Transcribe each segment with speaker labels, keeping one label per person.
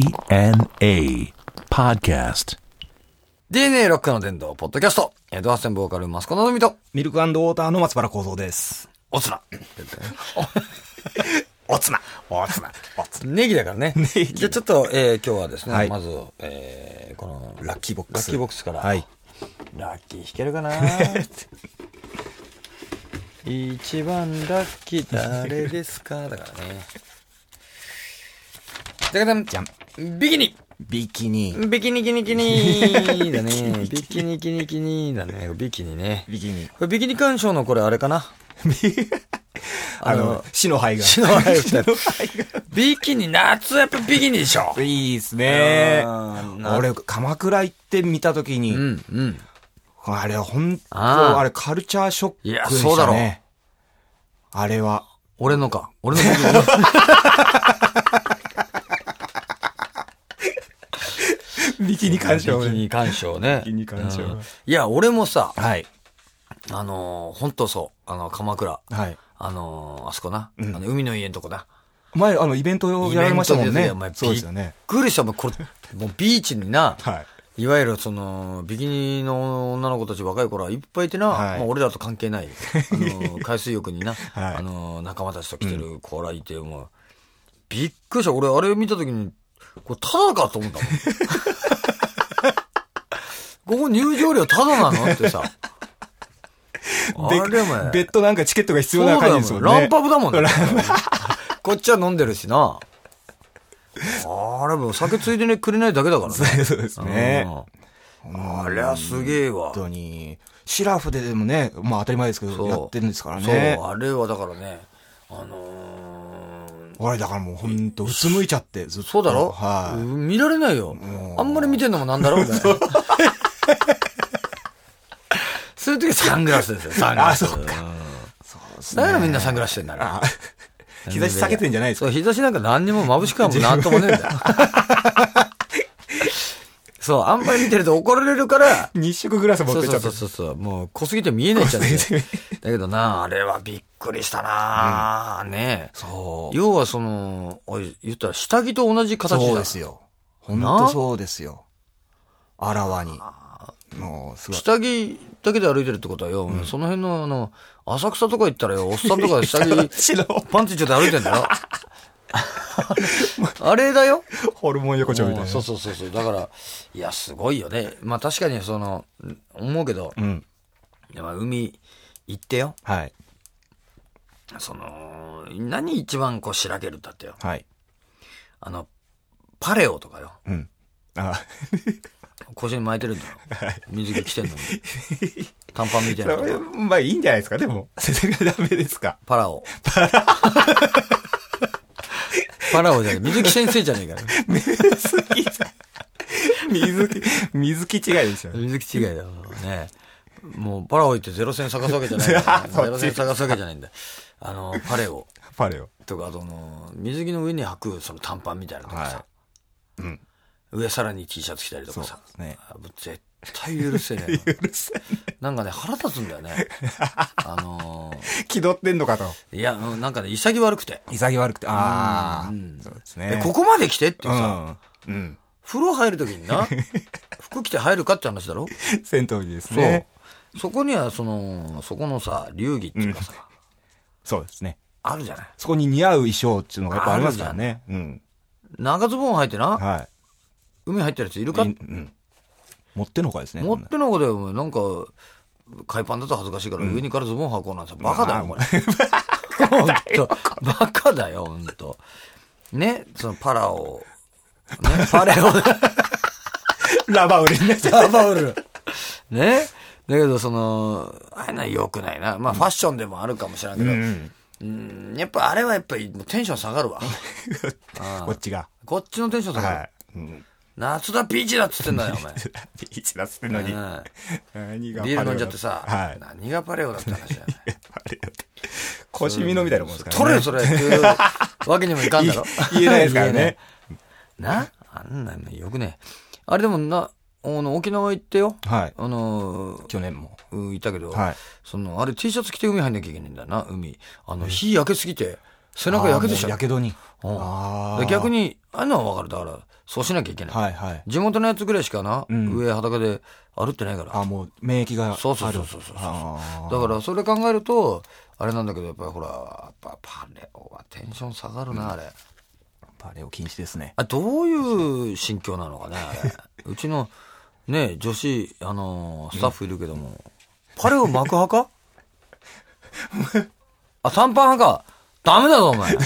Speaker 1: DNA Podcast.
Speaker 2: DNA ロックの伝道、ポッドキャスト。エドハッセンボーカル、マスコのぞみと、
Speaker 3: ミルクウォーターの松原幸三です。
Speaker 2: おつな。
Speaker 3: おつなおつなおつな
Speaker 2: ネギだからね。
Speaker 3: ネギ
Speaker 2: じゃあちょっと、えー今日はですね、
Speaker 3: はい
Speaker 2: まず、えーこの、
Speaker 3: ラッキーボックス。
Speaker 2: ラッキーボックスから。
Speaker 3: はい。
Speaker 2: ラッキー弾ける かな一番ラッキー誰ですかだから ね。じゃじゃん。ビキニ
Speaker 3: ビキニ。
Speaker 2: ビキニキニキニだね。 ビキニキニキニだね。ビキニね。
Speaker 3: ビキニ。
Speaker 2: これビキニ鑑賞のこれあれかな
Speaker 3: あ
Speaker 2: あ
Speaker 3: の
Speaker 2: の、
Speaker 3: 死の灰が。
Speaker 2: 死の灰みたいなビキニ、夏やっぱビキニでしょ。
Speaker 3: いいですね
Speaker 2: あー。な
Speaker 3: 俺、鎌倉行って見たときに、
Speaker 2: うん、うん。
Speaker 3: あれ、ほんと、
Speaker 2: あー
Speaker 3: あれ、カルチャーショックでした
Speaker 2: い
Speaker 3: ね。
Speaker 2: やそうだろう
Speaker 3: あれは。
Speaker 2: 俺のか。俺のビキニ。
Speaker 3: ビキニ鑑賞
Speaker 2: ビキニ鑑賞ね。
Speaker 3: ビキニ鑑賞
Speaker 2: うんいや、俺もさ、
Speaker 3: はい。
Speaker 2: あのー、ほんとそう。あの、鎌倉。
Speaker 3: はい。
Speaker 2: あのー、あそこな。
Speaker 3: うん
Speaker 2: あの海の家のとこな。
Speaker 3: 前、あの、イベントをやられましたもん
Speaker 2: イベン
Speaker 3: ね
Speaker 2: トでお前。
Speaker 3: そうですよね。
Speaker 2: びっくりした。もうこれ、もうビーチにな、
Speaker 3: はい。
Speaker 2: いわゆるその、ビキニの女の子たち若い頃はいっぱいいてな、
Speaker 3: はい
Speaker 2: まあ俺らと関係ない。あ の、海水浴にな、
Speaker 3: はい
Speaker 2: あの、仲間たちと来てる子らいて、もう、びっくりした。俺あれ見たときに、これタダかと思った もん。ここ入場料タダなのってさ。あれお前。
Speaker 3: 別途なんかチケットが必
Speaker 2: そう
Speaker 3: 要
Speaker 2: だ
Speaker 3: な感
Speaker 2: よ
Speaker 3: じですもんね。
Speaker 2: ラ ンパブだもんね
Speaker 3: ラン。
Speaker 2: こっちは飲んでるしな。あれもう酒ついでにくれないだけだからね。
Speaker 3: そうですね。
Speaker 2: うんあれはすげえわ。
Speaker 3: 本当に。シラフででもね、まあ当たり前ですけ
Speaker 2: そ
Speaker 3: ど、
Speaker 2: う
Speaker 3: やってるんですからね
Speaker 2: そう、。あれはだからね、あのー
Speaker 3: 俺だからもうほんと、うつむいちゃって、ずっと。
Speaker 2: そうだろう
Speaker 3: は
Speaker 2: ん見られないよ。あんまり見てんのもなんだろう ね。そういう時はサングラスですよ、サングラス。
Speaker 3: あそっ
Speaker 2: うん
Speaker 3: い。そうです
Speaker 2: だからみ
Speaker 3: ね。
Speaker 2: んなサングラスしてんだろ。
Speaker 3: あ日差し避けてんじゃないです
Speaker 2: そう、
Speaker 3: か。
Speaker 2: 日差しなんか何にも眩しくはもうなんともねえんだよ。 そう、あんまり見てると怒られるから、
Speaker 3: 日食グラス持
Speaker 2: そ
Speaker 3: っ
Speaker 2: う
Speaker 3: てっち
Speaker 2: そ
Speaker 3: ゃ
Speaker 2: う
Speaker 3: って
Speaker 2: そう。そうそう、もう濃すぎて見えない じゃん。だけどな、あれはびっくりしたな、ねえ
Speaker 3: そう。
Speaker 2: 要はその、おい言ったら下着と同じ形だ
Speaker 3: そうですよ。ほんとそうですよ。あらわに。もう、すごい。、
Speaker 2: 下着だけで歩いてるってことはよ、その辺のあの、浅草とか行ったらよ、おっさんとか下着
Speaker 3: 白
Speaker 2: パンツ一丁で歩いてんだ よ。あれだよ。
Speaker 3: ホルモン横丁みたいな。
Speaker 2: そうそうそうそう。だから、いや、すごいよね。まあ確かにその、思うけど、
Speaker 3: うん。
Speaker 2: まあ海行ってよ。
Speaker 3: はい。
Speaker 2: その、何一番こうしらけるんだってよ。
Speaker 3: はい。
Speaker 2: あの、パレオとかよ。
Speaker 3: うん。あ、
Speaker 2: 腰に巻いてるん だよ。水着着てんのに。短パンみたいなのとか。
Speaker 3: まあいいんじゃないですか、でも。 先生がダメですか。
Speaker 2: パラオ。パラオじゃない。水木先生じゃねえかよ。
Speaker 3: 水着じゃん水着、水着違いですよね。
Speaker 2: 水木違いだよ。ねもう、パラオ行ってゼロ戦探すわけじゃないから、ゼ
Speaker 3: そっち
Speaker 2: ロ戦探すわけじゃないんだよ。あの、パレオ
Speaker 3: パレオ。
Speaker 2: とか、あとの、水着の上に履く、その短パンみたいなのとかさ。
Speaker 3: はうん。
Speaker 2: 上さらに T シャツ着たりとかさ。
Speaker 3: そうですね
Speaker 2: あもう絶対許せ ねえな。
Speaker 3: うるせえ。
Speaker 2: なんかね、腹立つんだよね。 あの
Speaker 3: 気取ってんのかと。
Speaker 2: ーいや、うんなんかね、潔悪くて。
Speaker 3: 潔悪くて。ああ、
Speaker 2: うん
Speaker 3: そうです
Speaker 2: え
Speaker 3: ね。
Speaker 2: ここまで来てっていうさ。
Speaker 3: うん。うん。
Speaker 2: 風呂入るときに な、服着て入るかって話だろ
Speaker 3: 銭湯にです
Speaker 2: そう、
Speaker 3: ね。
Speaker 2: そこには、その、そこのさ、流儀っていうかさ、
Speaker 3: そうですね。
Speaker 2: あるじゃない。
Speaker 3: そこに似合う衣装っていうのがやっぱありますからね。うん。
Speaker 2: 長ズボン履いてな、
Speaker 3: は
Speaker 2: 海入ってるやついる
Speaker 3: い。
Speaker 2: か
Speaker 3: いうん。持ってのかですね。
Speaker 2: 持っての子だよ、お前なんか、海パンだと恥ずかしいから、上にからズボン履こうなんて、バカだよ、 これ。ほんと、バカだよ、ほんと。ね、そのパラオ、 ね、パレオ、
Speaker 3: ラバウルになっちゃう。
Speaker 2: ダバウ ル。ね。だけど、その、あれな、良くないな。まあ、ファッションでもあるかもしれんけど、
Speaker 3: うん。
Speaker 2: うん、やっぱあれはやっぱりもうテンション下がるわ。
Speaker 3: こっちが。
Speaker 2: こっちのテンション下がる。
Speaker 3: い。うん。
Speaker 2: 夏だ、ビーチだっつってんだよ、お前。
Speaker 3: ビーチだっつってんのに。
Speaker 2: うん
Speaker 3: 何が
Speaker 2: ビール飲んじゃってさ、
Speaker 3: はい。
Speaker 2: 何がパレオだって話だよね。
Speaker 3: パレオ。腰身のみたいなもんですからね。。
Speaker 2: 取れよ、それっていうわけにもいかんだろ
Speaker 3: 言えないですからね
Speaker 2: 言えない。なあんなのよくね。あれでもな、あの、沖縄行ってよ。
Speaker 3: はい。
Speaker 2: あのー、
Speaker 3: 去年も。
Speaker 2: うんいたけど、
Speaker 3: はい
Speaker 2: その、あれ T シャツ着て海入んなきゃいけないんだな、海。あの、火焼けすぎて、背中やけどしち
Speaker 3: あーもう
Speaker 2: ゃ
Speaker 3: や
Speaker 2: う。
Speaker 3: けどに。
Speaker 2: うん
Speaker 3: あ
Speaker 2: で
Speaker 3: あ。
Speaker 2: 逆に、あんなのはわかる。だから、そうしなきゃいけない。
Speaker 3: はいはい。
Speaker 2: 地元のやつぐらいしかな、
Speaker 3: ん
Speaker 2: 上裸で歩ってないから。
Speaker 3: あもう免疫がある。
Speaker 2: そうそうそうそうそう
Speaker 3: あー
Speaker 2: だからそれ考えるとあれなんだけどやっぱりほらやっぱパレオはテンション下がるなあれ、
Speaker 3: パレオ禁止ですね。
Speaker 2: あどういう心境なのかねあれ うちのね女子あのースタッフいるけども、パレオ幕派 かあ短パン派かダメだぞお 前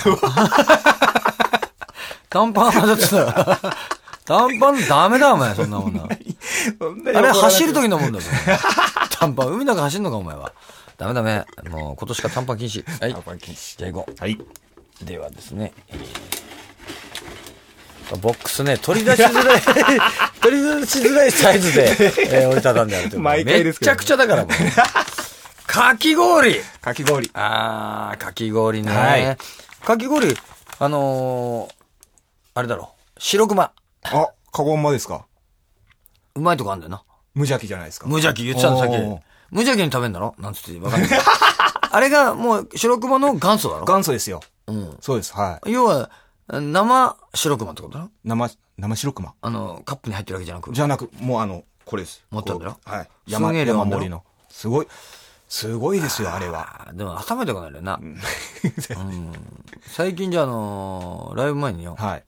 Speaker 2: 短パン派だっつったら短パンダメだお前そんなもんなあれ走る時のもんだぞ。短パン、海の中走んのか、お前は。ダメダメ。もう今年から短パン禁止。はい。短パン禁止。じゃあ行こ
Speaker 3: はい。
Speaker 2: う。ではですね。えーボックスね、取り出しづ らい、取り出しづらいサイズで、えー折りたたんであるという
Speaker 3: 毎回ですけ
Speaker 2: めっ
Speaker 3: ど
Speaker 2: ちゃくちゃだからもう。 かき氷
Speaker 3: かき氷。
Speaker 2: あー、かき氷ね。
Speaker 3: はい
Speaker 2: かき氷、あのー、あれだろ。白熊。
Speaker 3: あ、カゴンマですか
Speaker 2: うまいとこあんだよな。
Speaker 3: 無邪気じゃないですか。
Speaker 2: 無邪気言ってたの、さっき
Speaker 3: おー。
Speaker 2: 無邪気に食べんだろなんつってわかんない。 あれがもう白熊の元祖だろ
Speaker 3: 元祖ですよ。
Speaker 2: うん。
Speaker 3: そうです。はい。
Speaker 2: 要は、生白熊ってことだろ
Speaker 3: 生、生白熊。
Speaker 2: あの、カップに入ってるわけじゃなく。
Speaker 3: じゃなく、もうあの、これです。
Speaker 2: 持ったんだろ
Speaker 3: こうは
Speaker 2: す
Speaker 3: い。
Speaker 2: げえ量
Speaker 3: 山
Speaker 2: あんだろ
Speaker 3: 盛りの。すごい、すごいですよ、あれは。
Speaker 2: あーでも頭痛くなるよな。うん。最近じゃあ、あのーライブ前によ、
Speaker 3: はい。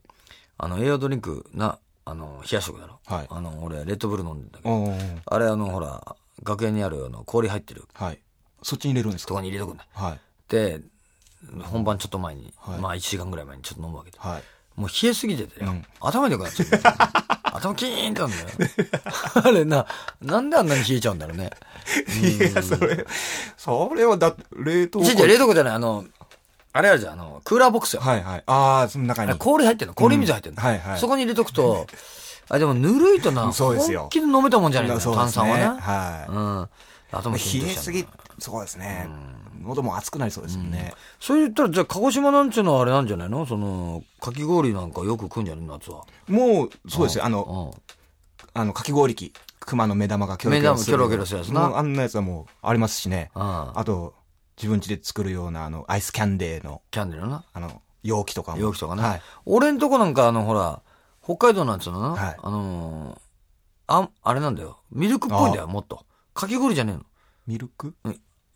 Speaker 2: あの、栄養ドリンクな、あの、冷や食だろ
Speaker 3: はい
Speaker 2: あの、俺、レッドブル飲んでんだけ
Speaker 3: う
Speaker 2: ど。
Speaker 3: んうんうん。
Speaker 2: あれ、あの、ほら、楽屋にあるあの氷入ってる
Speaker 3: はい。そっちに入れるんです
Speaker 2: と
Speaker 3: か
Speaker 2: こに入れとくんだ。
Speaker 3: はい。
Speaker 2: で、本番ちょっと前に、
Speaker 3: はい
Speaker 2: まあ1時間ぐらい前にちょっと飲むわけで。
Speaker 3: はい。
Speaker 2: もう冷えすぎててよ、
Speaker 3: うん
Speaker 2: 頭痛くなっちゃ う。頭キーンってなんだよ。あれな、なんであんなに冷えちゃうんだろうね。
Speaker 3: いや、それ、それはだって、冷凍庫
Speaker 2: ちっちゃい冷凍庫じゃない、あの、あれあるじゃん、あの、クーラーボックスよ。
Speaker 3: はいはい。ああ、その中
Speaker 2: あれ
Speaker 3: に。
Speaker 2: 氷入ってんの氷水入ってんの、
Speaker 3: うんはいはい
Speaker 2: そこに入れとくと、あ、でもぬるいとな、
Speaker 3: そうですよ
Speaker 2: 本気で飲めたもんじゃないんだ
Speaker 3: そ
Speaker 2: よ、
Speaker 3: うで
Speaker 2: 炭
Speaker 3: すね
Speaker 2: 酸はね。
Speaker 3: はい
Speaker 2: うん。頭
Speaker 3: 冷え
Speaker 2: 冷え
Speaker 3: すぎ、そうですね。喉も熱くなりそうですよね。
Speaker 2: そう言ったら、じゃあ、鹿児島なんちゅうのはあれなんじゃないのその、かき氷なんかよく食うんじゃないの夏は。
Speaker 3: もう、そうですよ。あの、
Speaker 2: うん。
Speaker 3: あの、かき氷機。熊の目玉がキョロキョロする。
Speaker 2: 目玉キョロキョロするやつな
Speaker 3: もうあんなやつはもう、ありますしね。
Speaker 2: うん
Speaker 3: あと、自分家で作るような、あの、アイスキャンデーの、
Speaker 2: キャンデルな。
Speaker 3: あの、容器とかも。
Speaker 2: 容器とかね。
Speaker 3: はい。
Speaker 2: 俺んとこなんか、あの、ほら、北海道なんつうのな、
Speaker 3: はい
Speaker 2: あのーあ、あれなんだよ。ミルクっぽいんだよ、もっと。かき氷じゃねえの。
Speaker 3: ミルク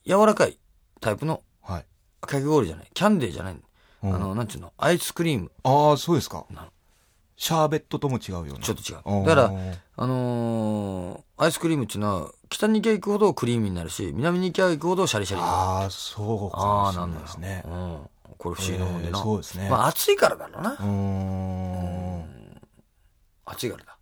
Speaker 2: 柔らかいタイプの
Speaker 3: はい。
Speaker 2: かき氷じゃない。キャンデーじゃないの。
Speaker 3: うん
Speaker 2: あの、なんちゅうの、アイスクリーム。
Speaker 3: ああ、そうですか
Speaker 2: な。
Speaker 3: シャーベットとも違うような。
Speaker 2: ちょっと違う。
Speaker 3: おー
Speaker 2: だから、あのーアイスクリームっていうのは、北に行きゃ行くほどクリームになるし、南に行きゃ行くほどシャリシャリになる。
Speaker 3: ああ、そうか
Speaker 2: ああ
Speaker 3: もし
Speaker 2: ー、
Speaker 3: れ
Speaker 2: なん
Speaker 3: な
Speaker 2: だ
Speaker 3: い
Speaker 2: よ
Speaker 3: ですね
Speaker 2: う。ん。これ不思議なもんでな。
Speaker 3: えーそうですね
Speaker 2: まあ、暑いからだろうな。
Speaker 3: うーん。
Speaker 2: 暑いからだ。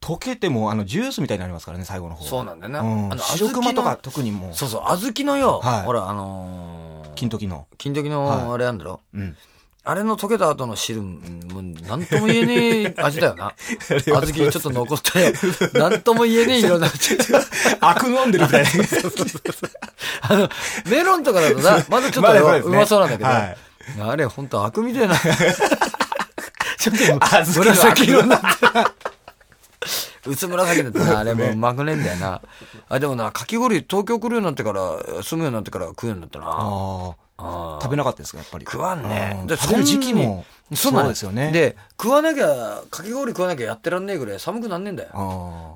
Speaker 3: 溶けても、あの、ジュースみたいになりますからね、最後の方。
Speaker 2: そう
Speaker 3: な
Speaker 2: なんだよな。
Speaker 3: ん
Speaker 2: あの、
Speaker 3: 白
Speaker 2: 小豆
Speaker 3: 熊
Speaker 2: の
Speaker 3: とか特にもう、
Speaker 2: そうそう、小豆のよ、
Speaker 3: はい
Speaker 2: ほら、あのー、
Speaker 3: 金時の。
Speaker 2: 金時の
Speaker 3: はい
Speaker 2: あれなんだろ、
Speaker 3: うん。
Speaker 2: あれの溶けた後の汁、もうなんとも言えねえ味だよ な。小豆ちょっと残って、なんとも言えねえ色に なっちゃう。
Speaker 3: 悪飲んでるみ たいな。
Speaker 2: あの、 メロンとかだとな、まだちょっ
Speaker 3: まだそうで
Speaker 2: と
Speaker 3: す
Speaker 2: う
Speaker 3: ね
Speaker 2: まそうなんだけど、
Speaker 3: はい
Speaker 2: あれ本当悪みたいな。 ちょっ と
Speaker 3: 小豆の悪
Speaker 2: 紫色になってる。 薄紫だったな、あれもううまくねえんだよな。あ、でもな、かき氷東京来るようになってから、住むようになってから食うようになったな。
Speaker 3: あ
Speaker 2: あ
Speaker 3: あ。食べなかったですか、やっぱり。
Speaker 2: 食わんね
Speaker 3: う。
Speaker 2: で
Speaker 3: 食べる時期も。
Speaker 2: そんなの
Speaker 3: そうですよね。、
Speaker 2: で、食わなきゃ、かき氷食わなきゃやってらんねえぐらい寒くなんねえんだよ。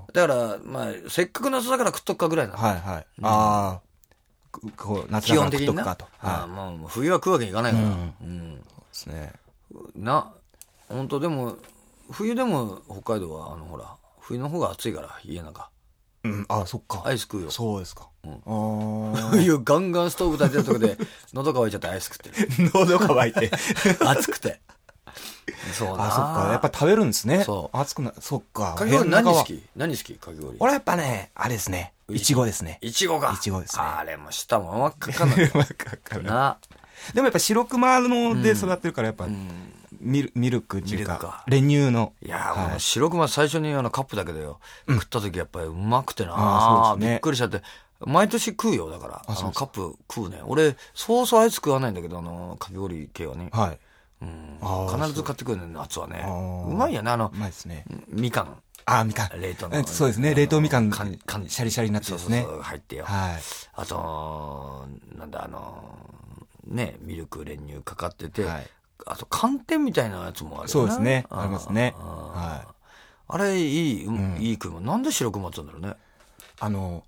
Speaker 3: あ
Speaker 2: だから、まあ、せっかく夏だから食っとくかぐらい
Speaker 3: あ。
Speaker 2: な。
Speaker 3: はいはい。ああ。くこう、夏
Speaker 2: 基
Speaker 3: だか
Speaker 2: 本
Speaker 3: ら
Speaker 2: 的
Speaker 3: 食っ
Speaker 2: に
Speaker 3: とく
Speaker 2: な。
Speaker 3: かと。
Speaker 2: ああ
Speaker 3: は
Speaker 2: もう冬は食うわけにいかないから。うん。
Speaker 3: い。ですね。
Speaker 2: な、本当でも、冬でも北海道は、あの、ほら、冬の方が暑いから、家なんか。
Speaker 3: うん。ああ、そっか。
Speaker 2: アイス食うよ。
Speaker 3: そうですか。ああ。
Speaker 2: 冬ガンガンストーブ立てたとこで、 喉乾いちゃってアイス食ってる。
Speaker 3: 喉乾い て。
Speaker 2: 暑くて。そうな
Speaker 3: あ、そっか。やっぱ食べるんですね。
Speaker 2: そ
Speaker 3: 熱くな、そっか。
Speaker 2: かき氷何
Speaker 3: 部屋の中
Speaker 2: 好
Speaker 3: は
Speaker 2: き何好きかき氷。
Speaker 3: 俺はやっぱね、あれですね。いちごです ね。
Speaker 2: いちごか。
Speaker 3: いちごですね
Speaker 2: あれも舌も真っ赤っかなんだよな。
Speaker 3: でもやっぱ白熊ので育ってるからやっぱ、ミルミルクっていう
Speaker 2: ミルクか
Speaker 3: か、練乳の。
Speaker 2: いやー、
Speaker 3: は
Speaker 2: もう白熊最初にあのカップだけどよ、食った時やっぱりうまくてな
Speaker 3: あーそうですね
Speaker 2: びっくりしちゃって。毎年食うよ、だから。あの、カップ食うね。俺、そうそうアイス食わないんだけど、あの、かき氷系はね。
Speaker 3: はい。
Speaker 2: うん
Speaker 3: あー
Speaker 2: 必ず買ってくるね、夏はね
Speaker 3: あー。
Speaker 2: うまいよね、あの
Speaker 3: う、まいですね。
Speaker 2: みかん。
Speaker 3: あー、みかん。
Speaker 2: 冷凍の。
Speaker 3: そうですね。冷凍みかん、シ
Speaker 2: かんかん
Speaker 3: ャリシャリになって
Speaker 2: そ
Speaker 3: で
Speaker 2: う
Speaker 3: す
Speaker 2: そう
Speaker 3: ね
Speaker 2: そ。う、入ってよ。
Speaker 3: はい。
Speaker 2: あと、なんだ、あの、ね、ミルク練乳かかってて、
Speaker 3: はい
Speaker 2: あと寒天みたいなやつもあるよな
Speaker 3: そうですね。ありますね。
Speaker 2: あ
Speaker 3: は
Speaker 2: ーあれ、いい、うんいい車。なんで白くまっちゃうんだろうね。
Speaker 3: い。あの、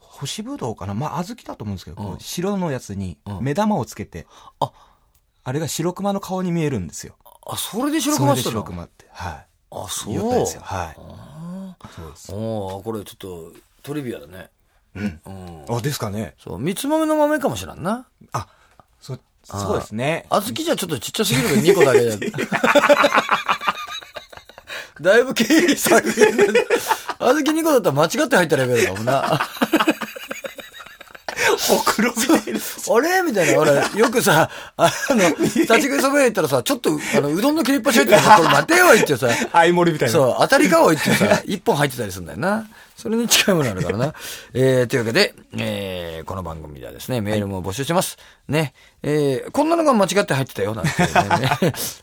Speaker 3: 干しぶどうかなまあ、小豆だと思うんですけど、こう白のやつに目玉をつけて、
Speaker 2: あ、
Speaker 3: あれが白熊の顔に見えるんですよ。
Speaker 2: あ、それで白くまっ
Speaker 3: それで
Speaker 2: ちゃう
Speaker 3: 白
Speaker 2: の
Speaker 3: 熊って。はい。
Speaker 2: あ、そう。
Speaker 3: 言ったんですよ。はい。そうです。
Speaker 2: おーこれちょっとトリビアだね。
Speaker 3: あ、ですかね。
Speaker 2: そう、三つ豆の豆かもしらんな。
Speaker 3: あ、そ、そうですね。
Speaker 2: 小豆じゃちょっとちっちゃすぎるけど、2個だけじ ゃ。だいぶ経営されてる。小豆2個だったら間違って入ったレベルだもん な。あ
Speaker 3: ほくろみたい な。
Speaker 2: れみたいな。俺、よくさ、あの、立ち食いそば屋行ったらさ、ちょっと、あの、うどんの切れっ端入ってるから、これ待てよ言ってさ。
Speaker 3: 相盛りみたいな。
Speaker 2: そう、当たりかおい ってさ、一本入ってたりするんだよな。それに近いものある からな。えー、というわけで、えー、この番組ではですね、メールも募集してます。ね、えー、こんなのが間違って入ってたよ、なんて ね、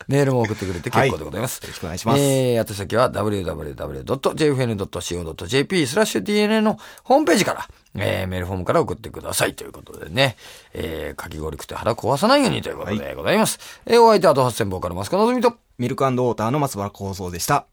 Speaker 2: メールも送ってくれて結構でございます。
Speaker 3: はいよろしくお願いします
Speaker 2: えー、宛先は www.jfn.co.jp スラッシュ DNA のホームページから、えー、メールフォームから送ってくださいということでね、えー、かき氷食って腹壊さないようにということでございます。えー、お相手はドハッセンボーカルマスコのぞみと、
Speaker 3: ミルクウォーターの松原幸三でした。